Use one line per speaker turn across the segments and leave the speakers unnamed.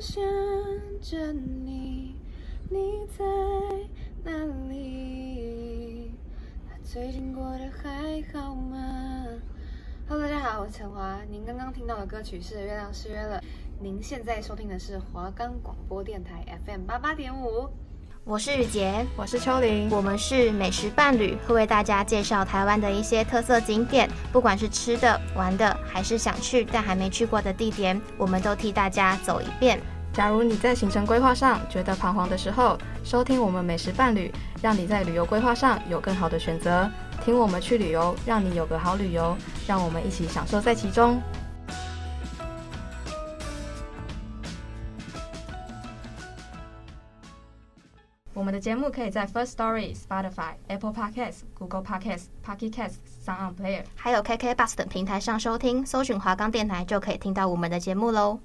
想着你，你在哪里？啊最近过得还好吗？Hello，大家好，我是陈华。您刚刚听到的歌曲是《月亮失约了》，您现在收听的是华冈广播电台 FM 八八点五。
我是雨杰，
我是秋玲，
我们是美食伴侣，会为大家介绍台湾的一些特色景点，不管是吃的、玩的，还是想去但还没去过的地点，我们都替大家走一遍。
假如你在行程规划上觉得彷徨的时候，收听我们美食伴侣，让你在旅游规划上有更好的选择。听我们去旅游，让你有个好旅游。让我们一起享受在其中。我们的节目可以在 First Story、Spotify、Apple Podcasts、Google Podcasts、Pocket Casts、Sound On Player。
还有 KK Bus 等平台上收听，搜寻华冈电台就可以听到我们的节目喽。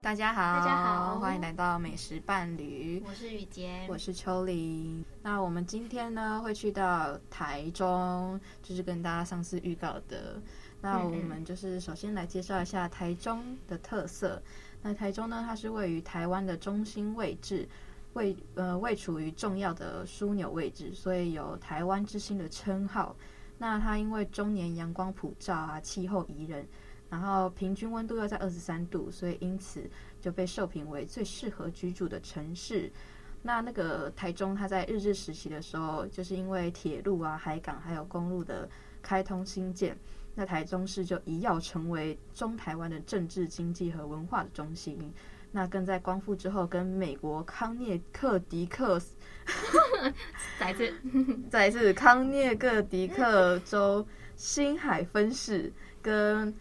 大家好，
大家好
欢迎来到美食伴侣。
我是雨杰
我是秋玲，那我们今天呢会去到台中，就是跟大家上次预告的。那
嗯嗯
我们就是首先来介绍一下台中的特色。那台中呢，它是位于台湾的中心位置，位呃位处于重要的枢纽位置，所以有台湾之星的称号。那它因为终年阳光普照啊，气候宜人，然后平均温度又在二十三度，所以因此就被受评为最适合居住的城市。那那个台中，它在日治时期的时候，就是因为铁路啊、海港还有公路的开通兴建，那台中市就一要成为中台湾的政治、经济和文化的中心。那更在光复之后，跟美国康涅克迪克斯
来自
再来是康涅克迪克州新海分市跟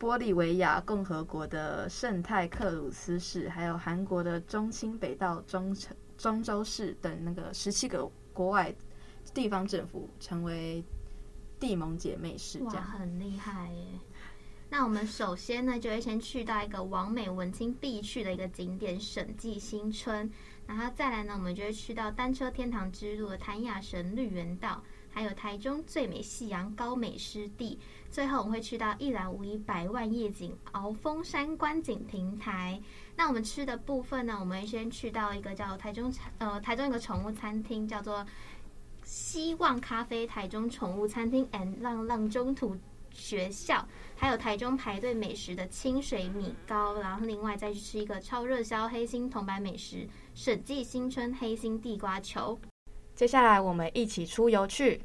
玻利维亚共和国的圣泰克鲁斯市，还有韩国的中清北道中城中州市等那个十七个国外地方政府成为地盟姐妹市，这
哇，
样
很厉害耶！那我们首先呢，就会先去到一个王美文青必去的一个景点——审计新村。然后再来呢，我们就会去到单车天堂之路的谭雅神绿园道，还有台中最美夕阳高美湿地。最后我们会去到一览无遗百万夜景鳌峰山观景亭台。那我们吃的部分呢，我们会先去到一个叫台中呃台中一个宠物餐厅，叫做希望咖啡台中宠物餐厅 and 浪浪中途学校，还有台中排队美食的清水米糕，然后另外再去吃一个超热销黑心铜板美食审计新春黑心地瓜球。
接下来我们一起出游去。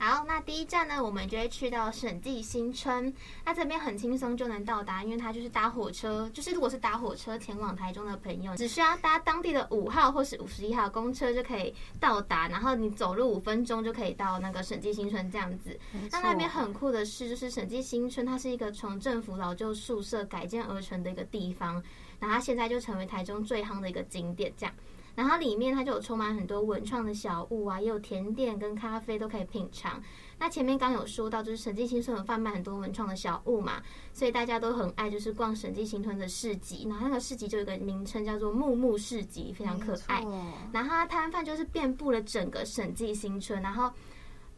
好，那第一站呢，我们就会去到审计新村。那这边很轻松就能到达，因为它就是搭火车，就是如果是搭火车前往台中的朋友，只需要搭当地的五号或是五十一号公车就可以到达，然后你走路五分钟就可以到那个审计新村这样子。那那边很酷的是，就是审计新村，它是一个从政府老旧宿舍改建而成的一个地方，然后它现在就成为台中最夯的一个景点这样。然后里面它就有充满很多文创的小物啊，也有甜点跟咖啡都可以品尝。那前面刚有说到，就是审计新村有贩卖很多文创的小物嘛，所以大家都很爱就是逛审计新村的市集。然后那个市集就有一个名称叫做木木市集，非常可爱。然后它摊贩就是遍布了整个审计新村，然后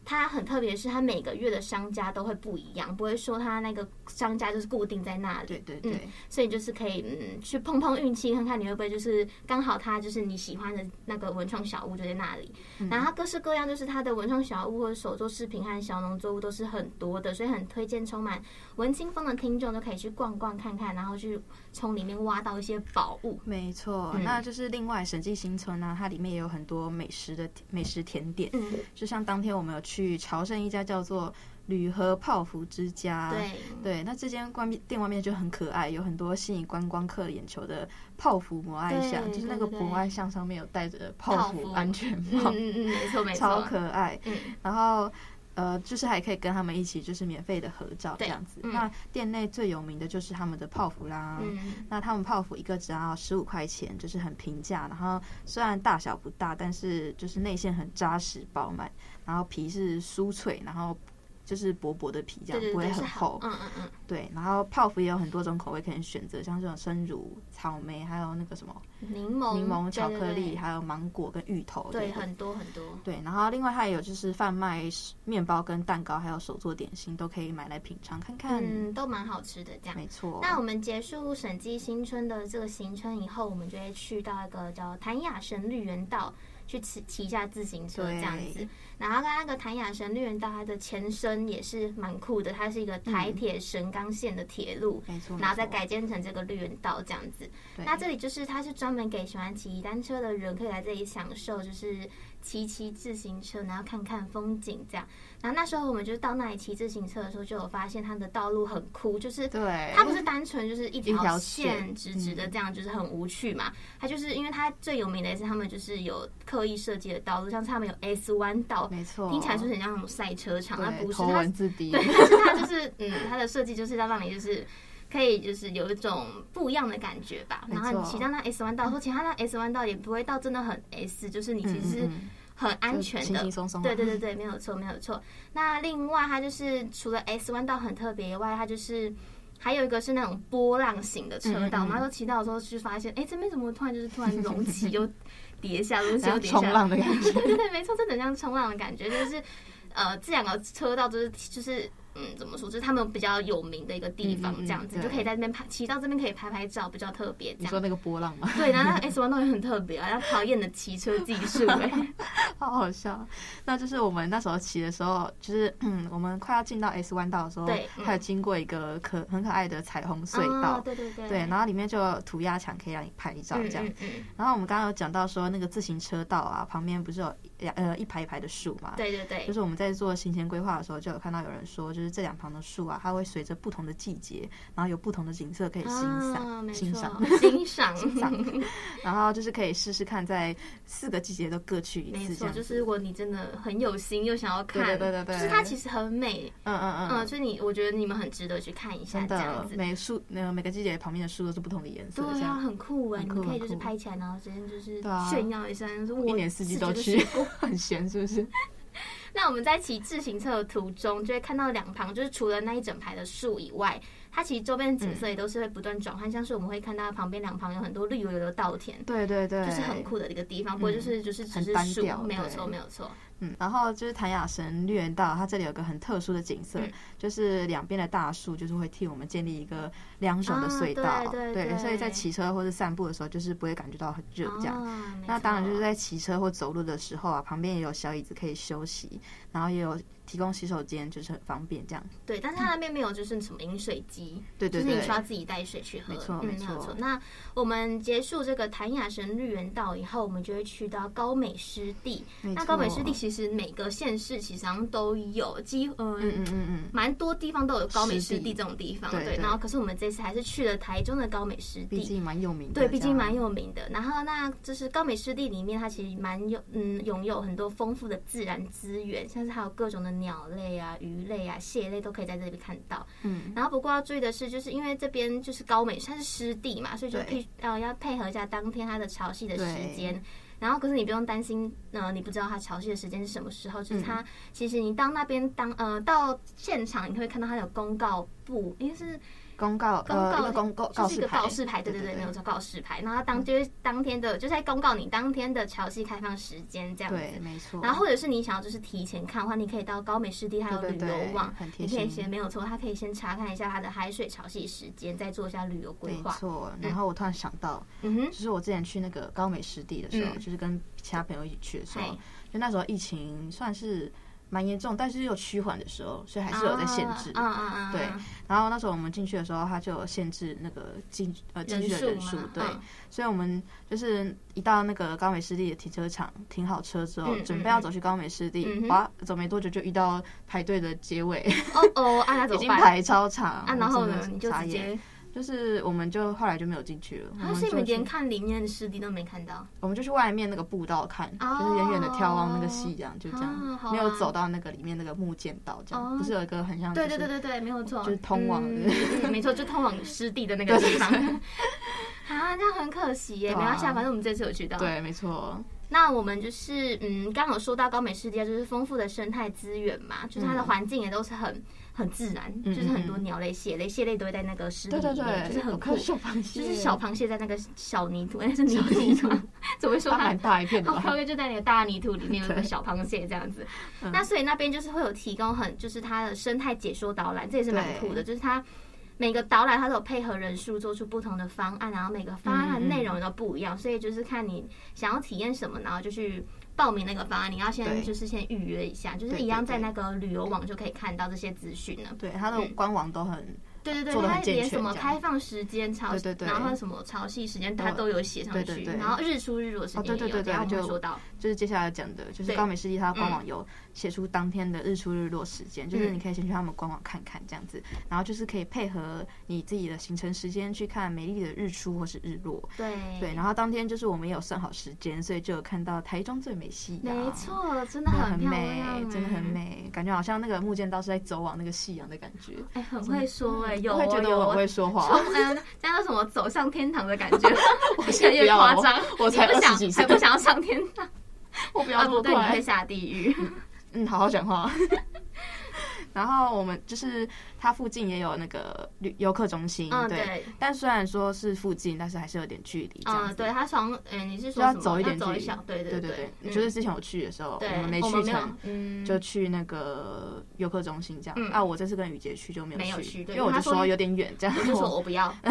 它很特别，是它每个月的商家都会不一样，不会说它那个商家就是固定在那里，
对对对，
所以你就是可以嗯去碰碰运气，看看你会不会就是刚好它就是你喜欢的那个文创小屋就在那里。然后它各式各样，就是它的文创小物或者手作饰品和小农作物都是很多的，所以嗯很推荐充满文青风的听众都可以去逛逛看看，然后去从里面挖到一些宝物。
没错，
嗯
那就是另外审计新村呢、它里面也有很多美食的美食甜点，
嗯，
就像当天我们有去朝圣一家叫做铝和泡芙之家，
对。
对，那这间关闭店外面就很可爱，有很多吸引观光客眼球的泡芙摩爱像，
对
就是那个
对对
摩爱像上面有戴着
泡
泡
芙
芙安全
嗯
帽，
嗯嗯，没错没错，
超可爱。
嗯
然后呃，就是还可以跟他们一起就是免费的合照这
对
样子。
嗯
那店内最有名的就是他们的泡芙啦，
嗯，
那他们泡芙一个只要十五块钱，就是很平价。然后虽然大小不大，但是就是内馅很扎实饱满，然后皮是酥脆，然后就是薄薄的皮
对
这样，
对
不会
对，是
很厚
好。。嗯嗯嗯，
对，然后泡芙也有很多种口味可以选择，像这种生乳、草莓，还有那个什么
嗯柠檬
柠檬、
哦对
巧
对
克力，
对
还有芒果跟芋头。
对，
不
很多很多。
对，然后另外它也有就是贩卖面包跟蛋糕，还有手做点心，都可以买来品尝看看。
嗯，都蛮好吃的这样。
没错。
那我们结束审计新村的这个行程以后，我们就会去到一个叫谭雅神绿园道去骑骑一下自行车这样子
对。
然后它那个谭雅神绿园道，它的前身也是蛮酷的，它是一个台铁神冈线的铁路。
嗯没错，
然后再
没错
改建成这个绿园道这样子，
对
那这里就是它是专门给喜欢骑单车的人可以来这里享受，就是骑骑自行车，然后看看风景这样。然后那时候我们就到那里骑自行车的时候，就有发现它的道路很酷，就是
对，
它不是单纯就是一
一
条
条
线
线嗯
直直的这样，就是很无趣嘛。它就是因为它最有名的是他们就是有刻意设计的道路，像是他们有 S 弯道，
没错，
听起来是不是很像那种赛车场？那
对
不是，
头
它
文字 D，
对，但是它 就是嗯，它的设计就是要让你就是。可以就是有一种不一样的感觉吧，
没
然
错
后你骑到那 S 弯道，或其他那 S 弯道也不会到真的很 S，就是你其实是
嗯嗯
很安全
轻
的，
轻松松啊，
对对对对，没有错，没有错。那另外，它就是除了 S 弯道很特别以外，它就是还有一个是那种波浪型的车道。
嗯嗯嗯
我们那时候骑到的时候，就发现，哎、这边怎么突然就是突然隆起 又跌下，隆起
然
又
后
跌下，
冲浪的感觉，
对对对， 没错，真的很像冲浪的感觉，就是呃，这两个车道就是就是。嗯，怎么说？就是他们比较有名的一个地方
嗯，嗯嗯
这样子、
对
就可以在这边拍，骑到这边可以拍拍照，比较特别。这
你说
样
那个波浪吗？
对，然后 S 弯道也很特别啊，要考验你的骑车技术、哎，
好好笑。那就是我们那时候骑的时候，就是 嗯，我们快要进到 S 弯道的时候
对，嗯
还有经过一个可很可爱的彩虹 隧
啊
道。
对对对，
哦对，然后里面就有涂鸦墙可以让你拍照
嗯
这样。
嗯嗯
然后我们刚刚有讲到说那个自行车道啊，旁边不是有一呃一排一排的树嘛？
对对对
就，是我们在做行前规划的时候，就有看到有人说，就是这两旁的树啊，它会随着不同的季节，然后有不同的景色可以欣
啊
赏、
没错
欣赏、
欣 赏，
欣赏，然后就是可以试试看，在四个季节都各去一
没
次，这
错，
样子
就是如果你真的很有心又想要看，
对对对对对
就是它其实很美，
嗯
嗯，
嗯嗯，
所以你我觉得你们很值得去看一下
真
这样
的
子。
每树呃每个季节旁边的树都是不同的颜色，这
对啊，
样
很酷哎！
很
你
酷
们可以就
很
是
酷
拍起来，然后直接就是
对啊
炫耀一下，就是我
一年四季都
自己就
去
去过，
很闲是不是？
那我们在骑自行车的途中，就会看到两旁，就是除了那一整排的树以外，它其实周边的景色也都是会不断转换。像是我们会看到旁边两旁有很多绿油油的稻田，
对对对，嗯
就是很酷的一个地方。不过就是就是只是
很单
树
调，
没有
对
错，没有错。
嗯，然后就是谭雅神绿园道，它这里有个很特殊的景色，
嗯
就是两边的大树就是会替我们建立一个凉爽的隧道，
啊对对对
所以在骑车或者散步的时候，就是不会感觉到很热这样。
啊没
那当然
错
就是在骑车或走路的时候啊，旁边也有小椅子可以休息，然后也有提供洗手间，就是很方便这样。
对，但是它那边没有就是什么饮水机，
对对
就是你
对
需要自己带水去喝。
没错
嗯，
没
没有
错
错。那我们结束这个谭雅神绿园道以后，我们就会去到高美湿地。
没
那高美湿地
错
其实每个县市其实好像都有，几嗯
嗯嗯嗯嗯，
蛮多地方都有高美湿
湿
地
地
这种地方。
对对
然后可是我们这次还是去了台中的高美湿
毕
地。
竟蛮有名的这
对，
样，
毕竟蛮有名的。然后，那就是高美湿地里面，它其实蛮有，嗯，拥有很多丰富的自然资源，像是还有各种的鸟类啊、鱼类啊、蟹类都可以在这里看到。
嗯，
然后不过要注意的是，就是因为这边就是高美它是湿地嘛，所以就
对
配呃要配合一下当天它的潮汐的时
对
间。然后可是你不用担心，呃，你不知道它潮汐的时间是什么时候，就是
嗯
它、其实你到那边当呃到现场，你会看到它有公告布，因为是
公告
公
呃
告
一个公告
就
告
是一
示
个
牌，
告示牌，对对对，没有叫告示牌。然后
嗯
当就是当天的就在公告你当天的潮汐开放时间这样子
对，。没错。
然后或者是你想要就是提前看的话，你可以到高美湿地还有
对
旅
对对
游网，
很贴
你可以
心
先没有错，它可以先查看一下它的海水潮汐时间，再做一下旅游规
没
划。
错，然后我突然想到，
嗯哼，
就是我之前去那个高美湿地的时候，
嗯
就是跟其他朋友一起去的时候
嗨，
就那时候疫情算是蛮严重，但是又趋缓的时候，所以还是有在限制。
嗯嗯嗯，
对
嗯
然后那时候我们进去的时候，它就有限制那个进呃进去的人数
嘛，
对。
嗯
所以我们就是一到那个高美湿地的停车场停好车之后，
嗯嗯
准备要走去高美湿
嗯
地，
哼
哇，走没多久就遇到排队的结尾，
哦哦，啊那
已
怎么
经
办？
排超长
啊，然后
我真
呢
的，
你就
傻
直
眼
接
就是我们就后来就没有进去了，我
好像
们
你们
就
连
去
看里面的尸体都没看到，
我们就去外面那个步道看，就是远远的眺望那个溪，这样就这
哦
样
好，啊
没有走到那个里面那个木剑道，这
哦
样不是有一个很像
对
就
对
是
对对对，没有错，
就是通往
嗯
对
嗯没错，就通往湿地的那个地方。 啊，这样很可惜耶，没
对啊
关系啊，反正我们这次有去到。，
对，没错，
那我们就是嗯，刚刚有说到高美湿地啊，就是丰富的生态资源嘛，就是它的
嗯
环境也都是很很自然，
嗯
就是很多
嗯
鸟类、蟹类，蟹类都会在那个湿地
对
里
对
面，
对，
就是很
我
酷
看。小螃蟹，
就是小螃蟹在那个小泥土，哎那是泥土吗？ 怎么会说
它
它
蛮大一片的
啊好
吧，
漂亮，就在那个大泥土里面有一个
对嗯
小螃蟹这样子。那所以那边就是会有提供很就是它的生态解说导览，这也是蛮
对
酷的，就是它。每个导览它都有配合人数做出不同的方案，然后每个方案
嗯嗯嗯
内容也都不一样，所以就是看你想要体验什么，然后就去报名那个方案。你要先
对
就是先预约一下，就是
对
一样
对
在
对
那个旅游网就可以看到这些资讯了。
对，它的官网都很
对对对，
做得
它
很健
连
全
什么
这样
开放时间、潮，
对对对
然后什么潮汐时间，它都有写上去。
对对对
然后日出日落时间也有，
哦对对对对
等一下我们会
就
说到。
就是接下来讲的，就是
对
高美湿地它的官网有写出当天的日出日落时间，就是
嗯
你可以先去他们官网看看这样子，然后就是可以配合你自己的行程时间去看美丽的日出或是日落。
对
对，然后当天就是我们也有算好时间，所以就有看到台中最美夕阳，
没，错，真的
真的
很
很
漂
美
亮，，欸哎
真的很。美，感觉好像那个木剑道是在走往那个夕阳的感觉。
哎，很会说哎，有
我会觉
哦
得
有
我
哦
很会说话
从，嗯，那叫什么走上天堂的感 觉，我
先
越
不要
夸
我
张，
我
你
才
不想
20几岁
还不想要上天堂
我 不要
啊？
那
不
么
对，你
快
会。下地 狱。
嗯，好好讲话。 然后我们就是它附近也有那个旅游客中心，
嗯，
对。
对，
但虽然说是附近，但是还是有点距离这样
嗯，
子。
对，他从嗯，你是
就
说
要
什么
走一点距
走
离
一小，。对
对
对
对，
嗯
就是之前我去的时候，我
对，
们没
我们
去
没有
成，，
嗯，
就去那个游客中心这样。
嗯
啊，我这次跟雨杰去就没
没有
有
去对
因为我
他
就
说
说有点远 这样。
我就说我不要，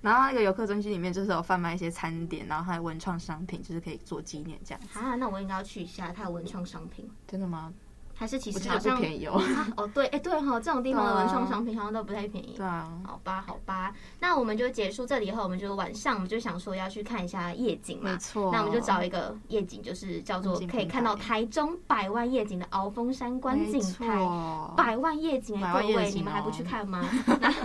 然后那个游客中心里面就是有贩卖一些餐点，然后还有文创商品，就是可以做纪念这样。
啊，那我应该要去一下它有文创商品，
真的吗？
还是其
我
实
记
好
得
像
不便宜哦。
啊哦，对，哎、对哈、这种地方的
对啊
文创商品好像都不太便宜。
对啊，
好吧，好吧，那我们就结束这里以后，我们就晚上我们就想说要去看一下夜景嘛
没。错。
那我们就找一个夜景，就是叫做
观景
可以
平
看到
台
台中百万夜景的鳌峰山观景
没错
台。百万夜景
哦百
哎，
万
各位，
夜景
你们还不
哦
去看吗？ 然后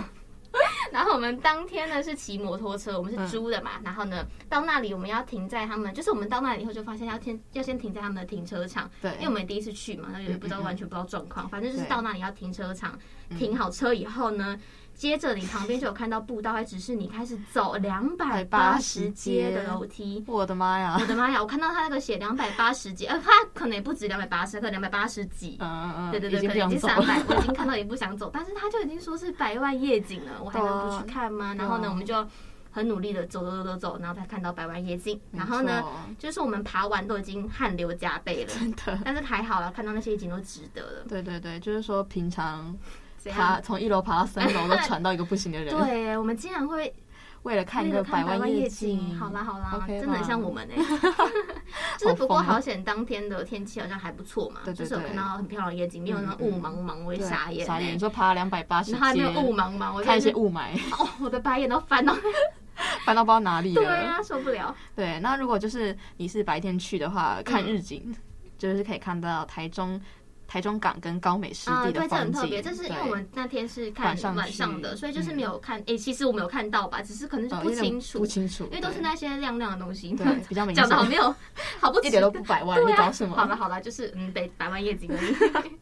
然后我们当天呢是骑摩托车，我们是
嗯
租的嘛。然后呢，到那里我们要停在他们，就是我们到那里以后就发现要先要先停在他们的停车场，
对，
因为我们第一次去嘛，然后也不知道
嗯嗯嗯
完全不知道状况，反正就是
对
到那里要停车场，停好车以后
嗯
呢，接着你旁边就有看到步道，还指示你开始走两百八十
280
阶的
阶
楼梯。
我的妈呀
我！的妈呀！我看到他那个写两百八十阶，呃，他可能也不止两百八十，可能两百八十几。
嗯嗯，
对对
已
对，
经
可能
不想
已经
走
三
了。
百，我已经看到也不想 走，但是他就已经说是百万夜景了，我还能不去看吗？然后呢，
对啊
我们就很努力的走走走走走，然后才看到百万夜景。然后呢，就是我们爬完都已经汗流浃背了，
没错？
但是还好啦，看到那些夜景都值得了。
对对对，就是说平常
怎
爬
样？
从一楼爬到三楼都喘到一个不行的人，
对，我们竟然会
为了看
为
一
了
个
看
万
万
夜
景，好啦好啦
OK 吧
真的很像我们哎、
啊
就是不过
好疯哦
好险，当天的天气好像还不错嘛，
对对
就是有
对
看到很漂亮的夜景，没有那种雾茫茫，我也
对
傻眼、
傻
欸
眼，，说爬两百八十
然后还没有雾
阶，
茫茫，我
看
真的
一些
是
雾霾，
哦，我的白眼都翻到
翻到不知道哪里
对
了。
啊，受不了。
对，那如果就是你是白天去的话，看日
嗯
景，就是可以看到台中台中港跟高美湿地
哦啊对，
的
这很特
风景。
别，这是因为我们那天是看
晚上去嗯
的，所以就是没有看。诶，其实我没有看到吧，只是可能就
呃
不
有点
清楚
不，清楚，
因为都是那些亮亮的东西。
对比较明
讲的好
显，
没有，好不
一点都不百万，
对
你
啊
搞什么？
好了好了，就是嗯，北百万夜景 而已。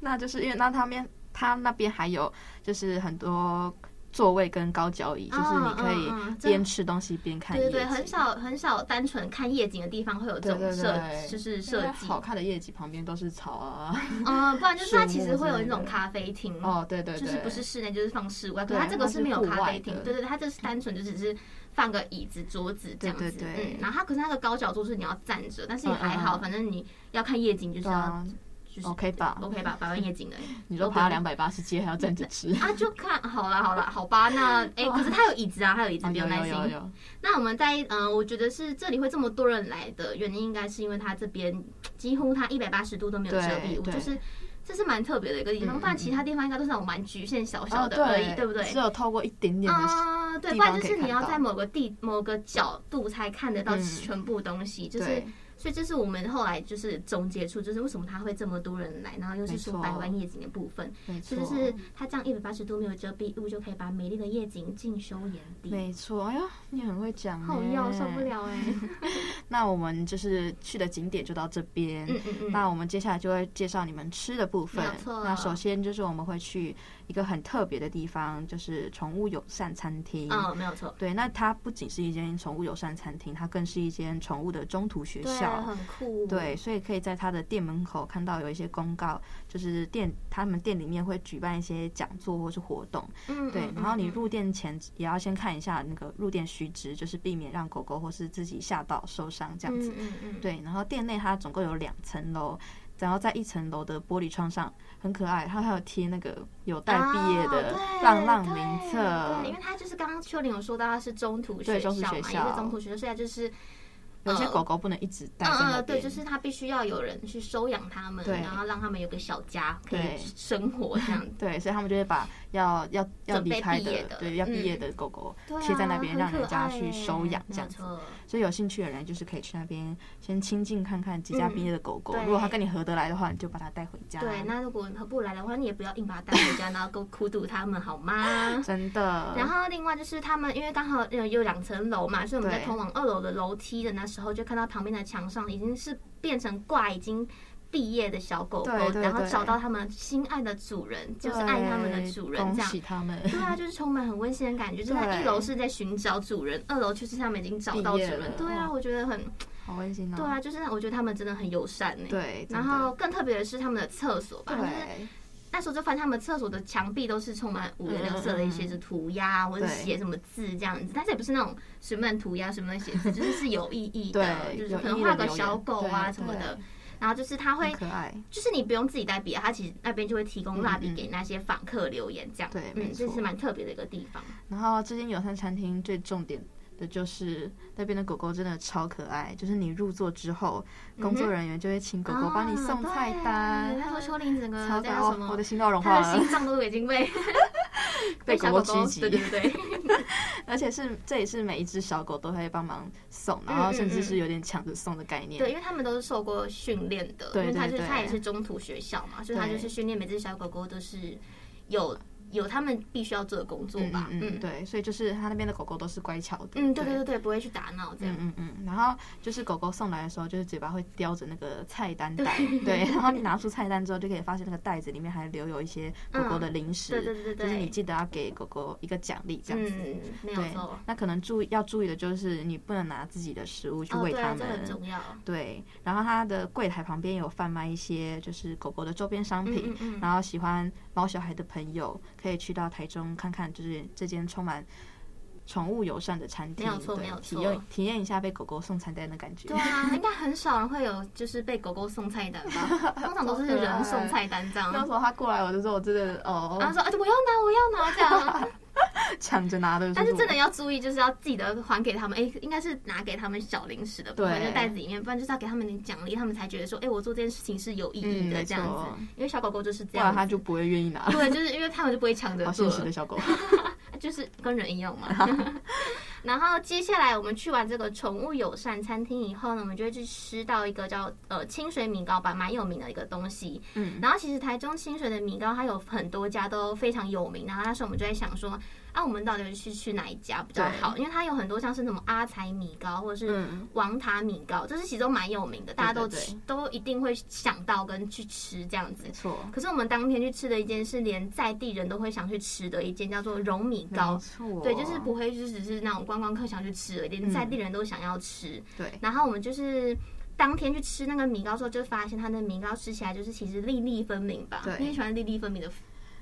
那就是因为那他们他那边还有就是很多座位跟高脚椅，就是你可以
嗯嗯嗯这
边吃东西边看
对
夜
对
景。
对，很少很少单纯看夜景的地方会有这种
对对
设，
对
就是
因
设
为
计。
好看的夜景旁边都是草啊。
嗯，不然就是它其实会有那
树
种
木之类的
咖啡厅。
哦，对对
就
对，
是不是室内就是放室外，可
对
它这个
它
是
是
没有
户
咖
外
啡厅
的，
对对，对它这是单纯就只是放个椅子、桌子这样子，
对对对
嗯，然后它可是那个高脚桌是你要站着，但是也还好，
嗯嗯嗯
反正你要看夜景就是
对
要
啊
就是
，OK 吧？
OK 吧，百万夜景而已
你说爬两百八十阶还要站着吃？
啊，就看好了好了好吧， 那哎，可是它有椅子啊，它有椅子，
哦
不
有
用担心
有有。有，
那我们在嗯、呃我觉得是这里会这么多人来的原因，应该是因为它这边几乎它一百八十度都没有遮蔽物，
对对
就是这是蛮特别的一个地方，
嗯
不然其他地方应该都是那种蛮局限小小的而已，对不对？
只有透过一点点的，
啊、对，
地
不然
方
就
可
是
以
你
看
要
到
在某个地某个角度才看得到
嗯
全部东西，就是
对
所以这是我们后来就是总结出，就是为什么它会这么多人来，然后又是
没
说
错
百万夜景的部分，
没
这
错，
就是它这样一百八十度没有遮蔽物，就可以把美丽的夜景尽收眼底。
没错。哎呀，你很会讲、欸，
好要受不。了哎、
那我们就是去的景点就到这边。
嗯嗯嗯，
那我们接下来就会介绍你们吃的部分
没有。错
那首先就是我们会去一个很特别的地方，就是宠物友善餐厅。
嗯，没有错，
对，那它不仅是一间宠物友善餐厅，它更是一间宠物的中途学
对
校
啊，。很酷，
对，所以可以在他的店门口看到有一些公告，就是店他们店里面会举办一些讲座或是活动，
嗯，嗯，
对。
嗯
然后你
嗯
入店前也要先看一下那个入店须知，就是避免让狗狗或是自己吓到受伤这样子。
嗯嗯嗯，
对，然后店内它总共有两层楼，然后在一层楼的玻璃窗上很可爱，它还有贴那个有待毕业的
哦
浪浪
对
名
对
册
对，因，为他就是刚刚秋玲有说到他是中途
对
校
中途
嘛，
学
也
校
是中途学校，所以他就是
有些
呃
狗狗不能一直待
嗯
在那
嗯，
边。
对，就是他必须要有人去收养他们，
对
然后让他们有个小家可以
对
生活这 样子。
对，所以他们就会把要要要
准备
离开
毕业的
对，要毕业
嗯
的狗狗
对啊
贴在那边，
很
让
可
人家
爱
去
耶
收养
没有
这样子。
错
所以有兴趣的人就是可以去那边先亲近看看即将毕业的狗狗，
嗯对
如果它跟你合得来的话，你就把它带回家。
对，那如果合不来的话，你也不要硬把他带回家，然后够苦读他们好吗？
真的。
然后另外就是他们，因为刚好有有两层楼嘛，所以我们在
对
通往二楼的楼梯的那时候，就看到旁边的墙上已经是变成挂已经毕业的小狗狗，
对对
然后
对
找到他们心爱的主人，就是爱他们的主
对
人这
恭
样
喜。他们。
对啊，就是充满很温馨的感觉。就是它
对
一楼是在寻找主人，二楼就是他们已经找到主
毕业
人
了。
对啊，
哇
我觉得很
好温馨哦。
对啊，就是我觉得他们真的很友善呢。。
对，真
然
的
后更特别的是他们的厕所吧，就是
对
那时候就发现他们厕所的墙壁都是充满五颜六色的一些是涂鸦，或者是写什么字这样子，但是也不是那种随便涂鸦、随便写字，就是是有意义的，
对，
就是
有
可能
意义
画
的
个
留
小
言
狗啊
对
什么的
对。
然后就是他会
很，可爱。
就是你不用自己带笔啊，他其实那边就会提供蜡笔
嗯嗯
给那些访客留言这样。
对没
嗯，这
错
是蛮特别的一个地方。
然后这间友善餐厅最重点的就是那边的狗狗真的超可爱，就是你入座之后，工作人员就会请狗狗帮你送菜单，
嗯哦他说秋玲 整个叫
超感
什
动，
么
我的？心都融
他
化
的
了
心。脏都已经被
被
小
狗
狗
狗
狗
狙 击
对对对，
而且是这也是每一只小狗都会帮忙送，
嗯
然后甚至是有点抢着送的概念。
对，因为他们都是受过训练的，
对
因为他就
对
是
对
他也是中途学校嘛，所以他就是训练每只小狗狗都是有有他们必须要做的工作
嗯
吧，
嗯嗯，
嗯
对，所以就是他那边的狗狗都是乖巧的。
嗯，对对对对，不会去打闹这样
嗯。嗯嗯，然后就是狗狗送来的时候，就是嘴巴会叼着那个菜单袋，对， 然后你拿出菜单之后，就可以发现那个袋子里面还留有一些狗狗的零
嗯
食，
对对对对对
就是你记得要给狗狗一个奖励这样子。
嗯，没有
对
错，，
那可能注意要注意的就是，你不能拿自己的食物去
哦，
喂
对啊
它，
这
们。
很重 要。
对，然后它的柜台旁边有贩卖一些就是狗狗的周边商品，
嗯嗯嗯
然后喜欢猫小孩的朋友可以去到台中看看，就是这间充满宠物友善的餐厅，
没有错
对
没有错
体验体验一下被狗狗送餐单的感觉。
对啊，应该很少人会有就是被狗狗送菜单 吧，通常都是人送菜单这样。
那时候他过来，我就说我真的哦，
然后说，哎，我要拿，我要拿这 样。
抢着拿的，
但是真的
要
要注意，就是要记得还给他们。哎、应该是拿给他们小零食的部分，
对
就袋子里面，不然就是要给他们点奖励，他们才觉得说，哎、我做这件事情是有意义
嗯
的、
没
这样
错
子。因为小狗狗就是这
不然
样
他
子，
就不会愿意拿。
对，就是因为他们就不会抢着
好
做
现实
了
的，小狗，
就是跟人一样 嘛。然后接下来我们去完这个宠物友善餐厅以后呢，我们就会去吃到一个叫呃清水米糕吧，蛮有名的一个东西。
嗯，
然后其实台中清水的米糕它有很多家都非常有名，然后那时候我们就在想说，啊，我们到底是去哪一家比较好？因为它有很多像是什么阿财米糕或者是
嗯
王塔米糕，这是其中蛮有名的，大家都
对对
吃都一定会想到跟去吃这样子
没。错，
可是我们当天去吃的一间是连在地人都会想去吃的一间，叫做荣米
没
糕。
错，
对，就是不会就只是那种观光客想去吃而已，
嗯
连在地人都想要吃。
对
然后我们就是当天去吃那个米糕之后，就发现它的米糕吃起来就是其实粒粒分明吧。
对
你很喜欢粒粒分明的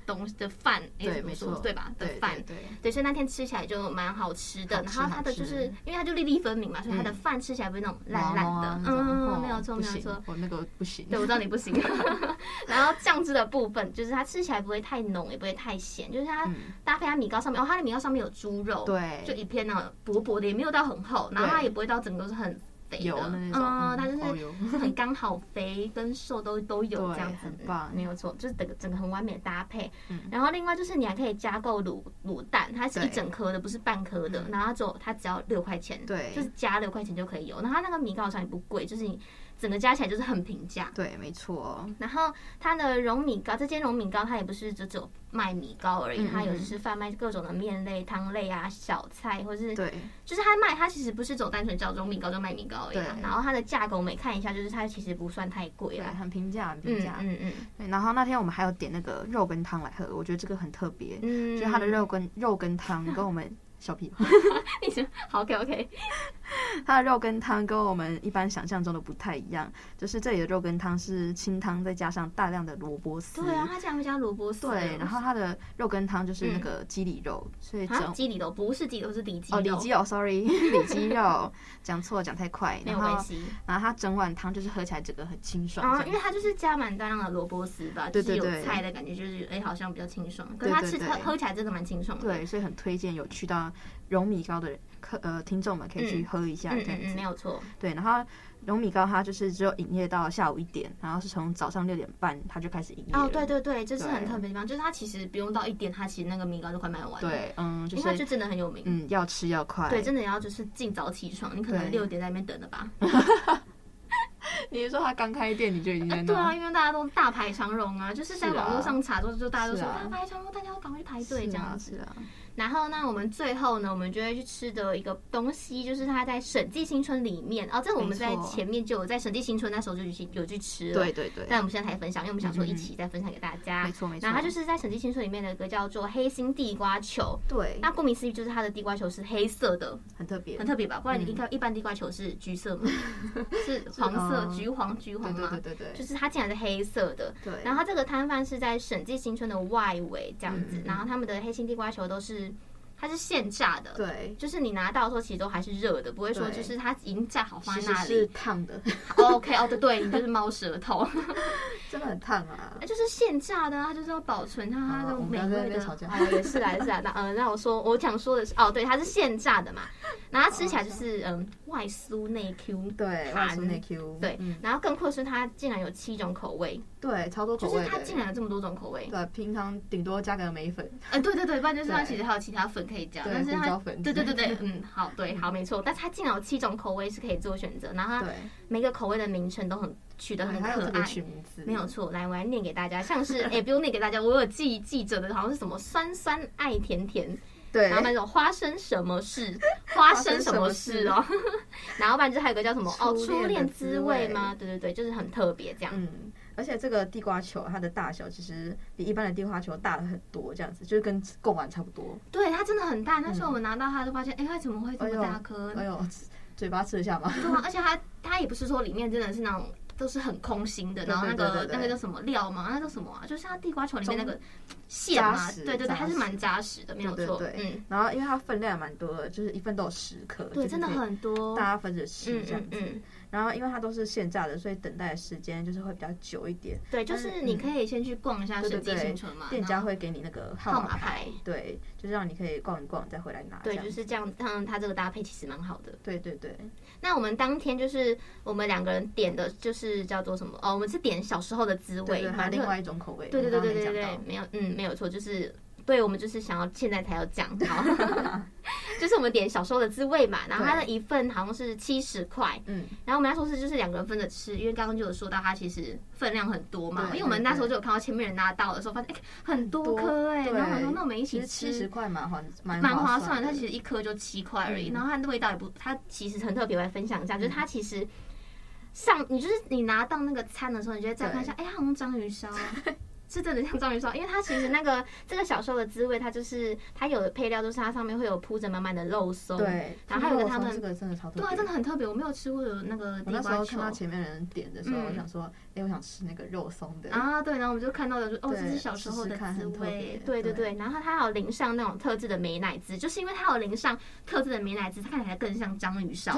东的饭，哎
对
怎么
没
说
错
对吧？的
对
饭
对。对
对，所以那天吃起来就蛮好吃的。
好
然
吃
后它的就是
好吃嗯
因为它就粒粒分明嘛，所以它的饭吃起来不是那种烂烂
啊
的。
哦
嗯，没有错，没有错。，
我那个不行，
对，我知道你不行。 然后酱汁的部分，就是它吃起来不会太浓，也不会太咸，就是它搭配它米糕上面，哦，它的米糕上面有猪肉，
嗯对
就一片那种薄薄的，也没有到很厚，然后它也不会到整个都是很肥
油
的，
的那种，
嗯，它就
哦
是
油
很刚好，肥跟瘦都都有
对
这样子，嗯
很棒
没有错，就是整个整个很完美的搭配。
嗯
然后另外就是你还可以加购卤卤蛋，它是一
对嗯
整颗的，不是半颗的，然后它只有它只要六块钱，
对
就是加六块钱就可以有。然后它那个米糕好像也不贵，就是你整个加起来就是很平价。
对，没错，
然后它的融米糕，这间融米糕它也不是就只有卖米糕而已，
嗯嗯
它有
嗯
就是贩卖各种的面类、汤类啊、小菜，或是
对
就是它卖，它其实不是走单纯叫中米糕就卖米糕而已啊。
对
然后它的价格我们也看一下，就是它其实不算太贵
对，
啦。
很平价，很平
嗯
价。
嗯嗯
对，然后那天我们还有点那个肉羹汤来喝，我觉得这个很特别，
嗯，
就它的肉羹肉 羹汤跟我们小屁，
嗯好 OK OK，
它的肉羹汤跟我们一般想象中的不太一样，就是这里的肉羹汤是清汤再加上大量的萝卜丝，
对啊，它竟然会加萝卜丝哦，
对，然后它的肉羹汤就是那
嗯
个鸡里肉，所以
啊
整
鸡里头不是鸡头是里脊
哦里
肉
脊肉，sorry 里脊肉，讲错讲太快，
没
然
有关
后
系
然后它整碗汤就是喝起来整个很清爽，
啊，
这
因
样
为它就是加满大量的萝卜丝吧，
对
就是
对
有
对
菜的感觉，就是哎好像比较清爽，可
对
是它
对
吃
对
喝喝起来真的蛮清爽的。
对，所以很推荐有去到荣米糕的人客呃听众们可以去
嗯
喝一下
嗯
这样
嗯
子。
嗯，没有错。
对，然后荣米糕它就是只有营业到下午一点，然后是从早上六点半它就开始营业了。
哦，对对对，这是很
对
特别的地方，就是它其实不用到一点，它其实那个米糕就快卖完了。，
对嗯，就
因为它就是真的很有名。
嗯要吃要快。
对，真的要就是尽早起床，你可能
对
六点在那边等了吧？
你是说它刚开店你就已经在那？
对啊，因为大家都大排长龙啊，就是在
是啊
网络上查之后，就大家都说
是啊
大排长龙，大家要赶快去排队
是
这样
啊
子。
是啊，
然后呢，我们最后呢，我们就会去吃的一个东西，就是它在审计新村里面哦，这个我们在
没错
前面就有在审计新村那时候就有去有去吃了。
对对对，
但我们现在才分享，因为我们想说
嗯嗯嗯
一起再分享给大家。
没错没错
然后它就是在审计新村里面的一个叫做黑心地瓜球，
对
那顾名思义就是它的地瓜球是黑色的，
很特别
很。特别吧？不然你一看一般地瓜球是橘色 嘛，是黄色、
嗯
橘黄、橘黄
对对
嘛
对，对
就
对
是它竟然是黑色的。
对，
然后它这个摊贩是在审计新村的外围这样子
嗯，嗯
然后他们的黑心地瓜球都是它是现炸的，
对。
就是你拿到的时候其实都还是热的，不会说
对
就是它已经炸好放
其
在
实
那
是
里。
烫的，
OK，哦对对，你就是猫舌头，
真的很烫啊！
就是现炸的啊，它就是要保存它它
好
那
了我
种
们不
美
要在那
味
边
的。
吵架
哦，也是啦，也是啦。那嗯，那我说我想说的是，哦，对，它是现炸的嘛，然后它吃起来就是嗯外酥内 Q，
对，外酥内 Q，
对
嗯，
然后更酷的是它竟然有七种口味，
对，超多口
就
味的。
是它竟然有这么多种口味。
对，平常顶多加个梅粉，
呃，对对对，不然就是它
对
其实还有其他粉可以加，
对
但是
胡
它
椒粉
对对对 对，嗯，好，对，好，没错，但它竟然有七种口味是可以做选择，然后它
对，
每个口味的名称都很取得很
哦还有
可
特别
爱。
取名字，
没有错，来，我来念给大家，像 是哎，不用念给大家，我有记记着的，好像是什么酸酸爱甜甜，
对
然后那种花生什么事， 花生什么事哦， 然后不然就是还有个叫什么哦，
初
初
恋的
恋
滋
滋味
味
吗？对对对，就是很特别这样。
嗯，而且这个地瓜球它的大小其实比一般的地瓜球大了很多，这样子就是跟贡丸差不多。
对，它真的很大。那时候我们拿到它，就发现，哎、它怎么会这
哎
么
呦
大颗？
哎呦，吃嘴巴吃得下吗？
对啊，而且它它也不是说里面真的是那种都是很空心的，
对
然后那
对对
个
对对嗯
那个叫什么料嘛，那叫什么啊？就是它地瓜球里面那个馅
扎
嘛，
实
对对对，
扎
它是
实
蛮扎实的，没有
对
错。
对对
嗯，
然后因为它分量也蛮多的，就是一份都有十颗，就
对，
是
真的
可以
很多。
大家分着吃
嗯
这
嗯
样子。
嗯，
然后因为它都是现榨的，所以等待的时间就是会比较久一点。
对，就
但是
是你
嗯
可以先去逛一下
对
审
对
计
对
新村嘛，
店
然
家
后
会给你那个号
号
码
码
牌，
牌。
对，就是让你可以逛一逛再回来拿。
对，
这样
就是这样。嗯，它这个搭配其实蛮好的。
对对对，
那我们当天就是我们两个人点的，就是叫做什么？哦，我们是点小时候的滋
对
味，
对，还
蛮
有
特
另外一种口味，
对对对对
我们
对
刚刚
对
没讲，到
没有，嗯，没有错，就是对我们就是想要现在才要 讲，好， 就是我们点小时候的滋味嘛，然后它的一份好像是七十块，
嗯，
然后我们那时候是就是两个人分着吃，因为刚刚就有说到它其实分量很多嘛，因
对
为我们那时候
对
就有看到前面人拿到的时候，发现哎、很多颗哎、
对
然后想说那我们一
其
起
实七
吃
十。块蛮划蛮
蛮
划
划算的，它
的
其实一颗就七块而已，
嗯
然后它的味道也不，它其实很特别，我来分享一下，就是它其实上你就是你拿到那个餐的时候，你就会再看一下，哎，它好像章鱼烧啊。 是真的像章鱼烧，因为它其实那个这个小时候的滋味，它就是它有的配料都是它上面会有铺着满满的肉松，
对，
然后还有一个他
这
们，
个真的超特
对
别。
啊，真的很特别，我没有吃过有那个地
我那时
瓜
候看
球
到前面人点的时候，
嗯
我想说，哎，我想吃那个肉松的。
啊，对，然后我们就看到了，就哦，
对
这是小时候的
试试看
滋
很特
味
别，
对对
对
对，然后它还有淋上那种特制的美乃滋，就是因为它有淋上特制的美乃滋，它看起来更像章鱼烧，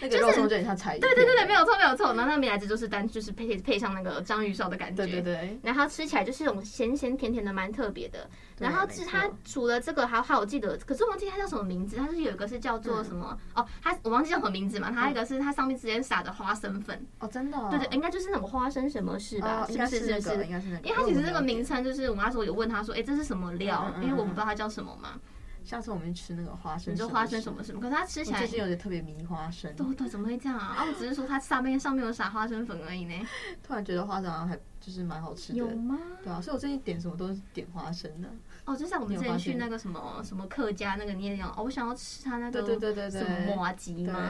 那个肉松就很像柴鱼片。
对对对对，没有错没有错。然后那米来子就是单就是配配上那个章鱼烧的感觉，
对对对
然后吃起来就是那种咸咸甜甜的，蛮特别的。
对
然后
没
是
错
它除了这个，还有还有我记得，可是我忘记它叫什么名字。它就是有一个是叫
嗯
做什么、哦，它我忘记叫什么名字嘛。它一个是它上面直接撒着花生粉，
哦，真的哦，
对对，应该就是那种花生什么事吧？
哦，
是
应
不
该
是
是
是
那
不
个，
是
应？该是那个。
因为它其实这个名称就是我那时候有问他说，哎，这是什么料
嗯？嗯嗯
因为我们不知道它叫什么嘛，
下次我们去吃那个花生，
你说花生什么
事？
什么，可是它吃起
我
来
最。近有点特别迷花生，
对对，怎么会这样啊？啊，我只是说它上面上面有撒花生粉而已呢，
突然觉得花生好像还就是蛮好吃的
有。吗？
对啊，所以我最近点什么都是点花生的。
哦，就像我们之
有
前
花
去
生
那个什么什么客家那个你也讲，哦，我想要吃他那个
对对对对对
什么麻吉
对
吗？，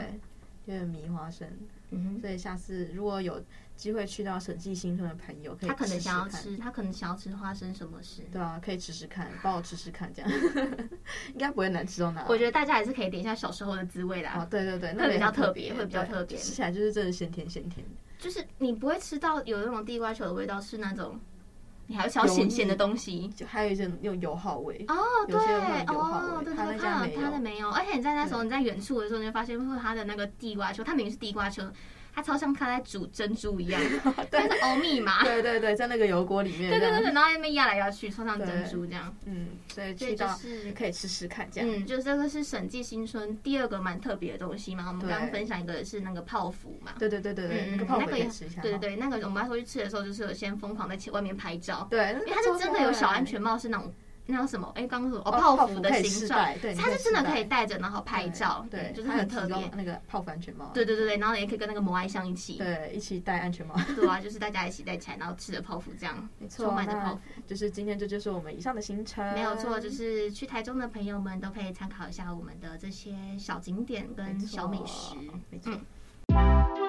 有点迷花生，
嗯哼，
所以下次如果有机会去到审计新村的朋友，可以
他可能
试试
想要
看
吃，他可能想要吃花生什么事？
对啊，可以吃吃看，帮我吃吃看，这样 应该不会难吃到哪。
我觉得大家还是可以点一下小时候的滋味啦。
哦，对对对，
会
那个
比
也
较
很
特
特
别会比较
对
特别
吃起来就是真的咸甜咸甜的。
就是你不会吃到有那种地瓜球的味道，是那种你还要吃到咸咸的东西。
就还有一些有油耗味
哦，对
有些会，有花
哦，
味
对对，
他
对
那家没有
他的没有，而且你在那时候你在远处的时候，你就发现说他的那个地瓜球，它明明是地瓜球，它超像他在煮珍珠 一样，但是欧密码，
对对对，在那个油锅里面，
哦对对对
这
对，
样，
然后在那边压来压去，穿上珍珠这样。
嗯，所以
所以
去
就
到
是
可以吃吃看，这样，
嗯，就是这个是审计新村第二个蛮特别的东西嘛。我们刚刚
对
分享一个是那个泡芙嘛，
对对对对对，
嗯，
那个泡芙
个
可
也
以吃一下，
对对对，
对
那个我们那时候去吃的时候，就是有先疯狂在外面拍照，
对，
因为它是真的有小
欸
安全帽，是那种那叫什么？哎，刚刚说哦，泡芙的形状，，
对，
它是真的可以戴着然后拍照，
对，
嗯就是
它有
很
提
特
供
别。
那个泡芙安全帽，啊
对对对对，然后也可以跟那个摩爱像一起，
嗯对，一起戴安全帽，
对啊，就是大家一起戴起来，然后吃着泡芙这样，
没
充
错，
满着泡
那嗯
芙。
就是今天这就是我们以上的行程，
没有错，就是去台中的朋友们都可以参考一下我们的这些小景点跟小美食。
没错
嗯。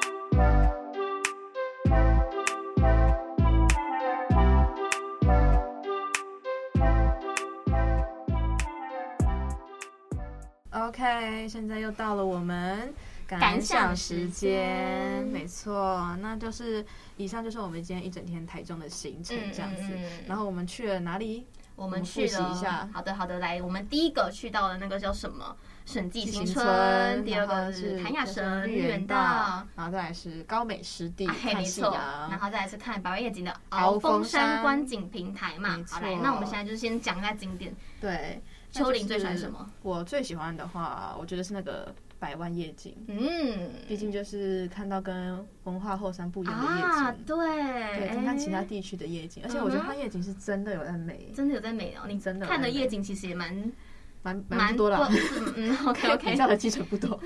OK，现在又到了我们感想时
感想时
间，
间
没错，那就是以上就是我们今天一整天台中的行程这样子。
嗯嗯嗯
然后我们去了哪里？
我
我
们
们
去
复习
了，
一下
好的好的，来，我们第一个去到的那个叫什么？审计新
新
村，第二
然
个
后
是
是
谭雅神
神
绿园道，
道
啊，
然后再来是高美湿地
嘿，没
看夕
错，
阳
然。后再来是看百万夜景的鳌
鳌
峰
峰
山
山
观景平台嘛
没。
好来，
错
那我们现在就先讲一下景点。
对，
秋林最喜欢什么？
我最喜欢的话，我觉得是那个百万夜景，
嗯，
毕竟就是看到跟文化后山不一样的夜景。
啊，对，
对，
对嗯
看看其他地区的夜景，而且我觉得它夜景是真的有在美，
真的有在美哦，你
真的有
看的
在美
夜景其实也蛮
蛮蛮不多
了
了，，
嗯，OK
比
OK，
较的基础 不多。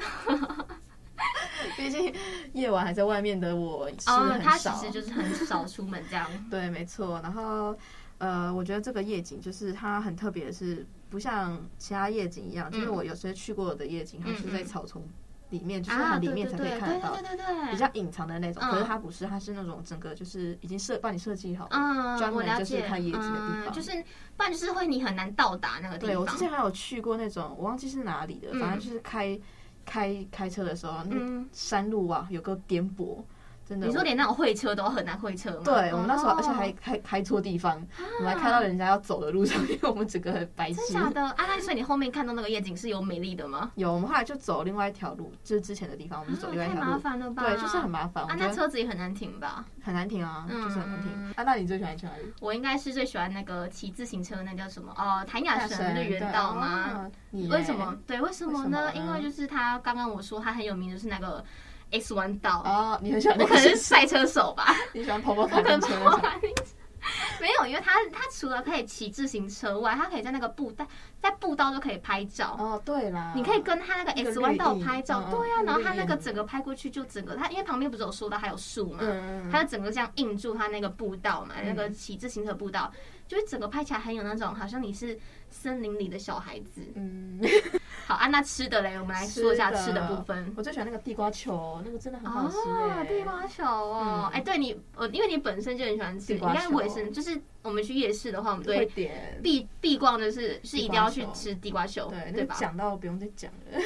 毕竟夜晚还在外面的我是
哦，他
很
其
少，
实就是很少出门这样。
对，没错。然后呃，我觉得这个夜景就是它很特别，的是不像其他夜景一样，就是
嗯
我有时候去过的夜景，它是
嗯
在
嗯
草丛里面， 就是
啊，对
很里
对
面
对
才可以看得到
对。对对对对，
比较隐藏的那种，
嗯
可是它不是，它是那种整个就是已经设帮你设计好的，
嗯，
专
我
门
了
就是
解，
看夜景的地
嗯，
方
就是不然就是会你很难到达那个地
对，
方。
我之前还有去过那种，我忘记是哪里的，
嗯
反正就是开开开车的时候，那
嗯
个山路啊，有个颠簸，真的。
你说
我
连那种会车都很难会车吗？
对我们那时候，
哦
而且还开开错地方，我们还开到人家要走的路上，因为我们整个很白
真
痴。
假的啊？那所以你后面看到那个夜景是有美丽的吗？
有，我们后来就走另外一条路，就是之前的地方，我们就走
啊
另外一
太
条
麻
路。
烦了吧？
对，就是很麻烦，
啊
我，觉
那
得
车子也很难停吧？
很难停啊，就是很难停
嗯。
啊，那你最喜欢去哪里？
我应该是最喜欢那个骑自行车，那叫什么？哦，谭雅神
对
绿园道吗？？
哦你
为
耶
什么？？对，为什么呢？
为什
因
么呢
为就是他刚刚我说他很有名，就是那个 X 弯道，
哦，你很喜欢
我
那
可
个
能
是
是赛车手吧。
你喜欢跑跑
我
卡
可能
丁
不
车
会
那种？
玩没有，因为他他除了可以骑自行车外，他可以在那个步道，在步道就可以拍照。
哦，对啦，
你可以跟他那个
那个
X 弯道拍照，
绿荫
对呀、
嗯
然后他那
那个绿荫
个整个拍过去就整个，他因为旁边不是有说到还有树嘛，
嗯嗯嗯
他就整个这样映住他那个步道嘛，
嗯
那个骑自行车步道，就是整个拍起来很有那种好像你是森林里的小孩子。
嗯，
好啊，那吃的嘞，我们来说一下吃
吃
的
的
部分。
我最喜欢那个地瓜球，那个真的很好吃
哦
哎、，
地瓜球哦，哎、对你，我因为你本身就很喜欢吃，
地
应
瓜
该我也
球
是，就是我们去夜市的话，我们
会
对
点，
必必逛的是是一定要去
地瓜球
吃地瓜球，
对，那
对
个
吧？
讲到不用再讲了。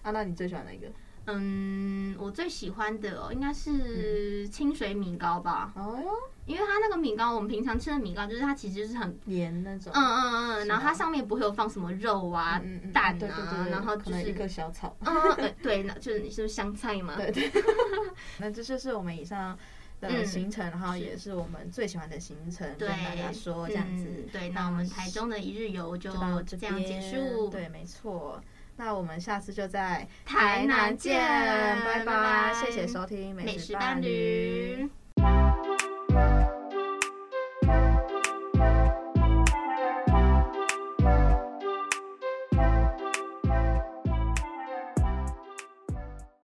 啊，那你最喜欢哪一个？
嗯，我最喜欢的哦，应该
嗯
是清水米糕吧，
哦
因为它那个米糕，我们平常吃的米糕，就是它其实就是很
盐那种，
嗯嗯嗯嗯，然后它上面不会有放什么肉啊、
嗯
蛋啊，
对对对对
然后
可
就
能
是
一个小 草。
嗯嗯呃对，那就是你是香菜嘛，
对对，那这就是我们以上的
嗯
行程，然后
是
也是我们最喜欢的行程，跟
对，
大家说这样子。
嗯对，那我们台中的一日游就
就到
这
边
样结束，
对，没错。那我们下次就在
台南见拜
拜
拜
谢谢收听《
美食
伴
伴侣。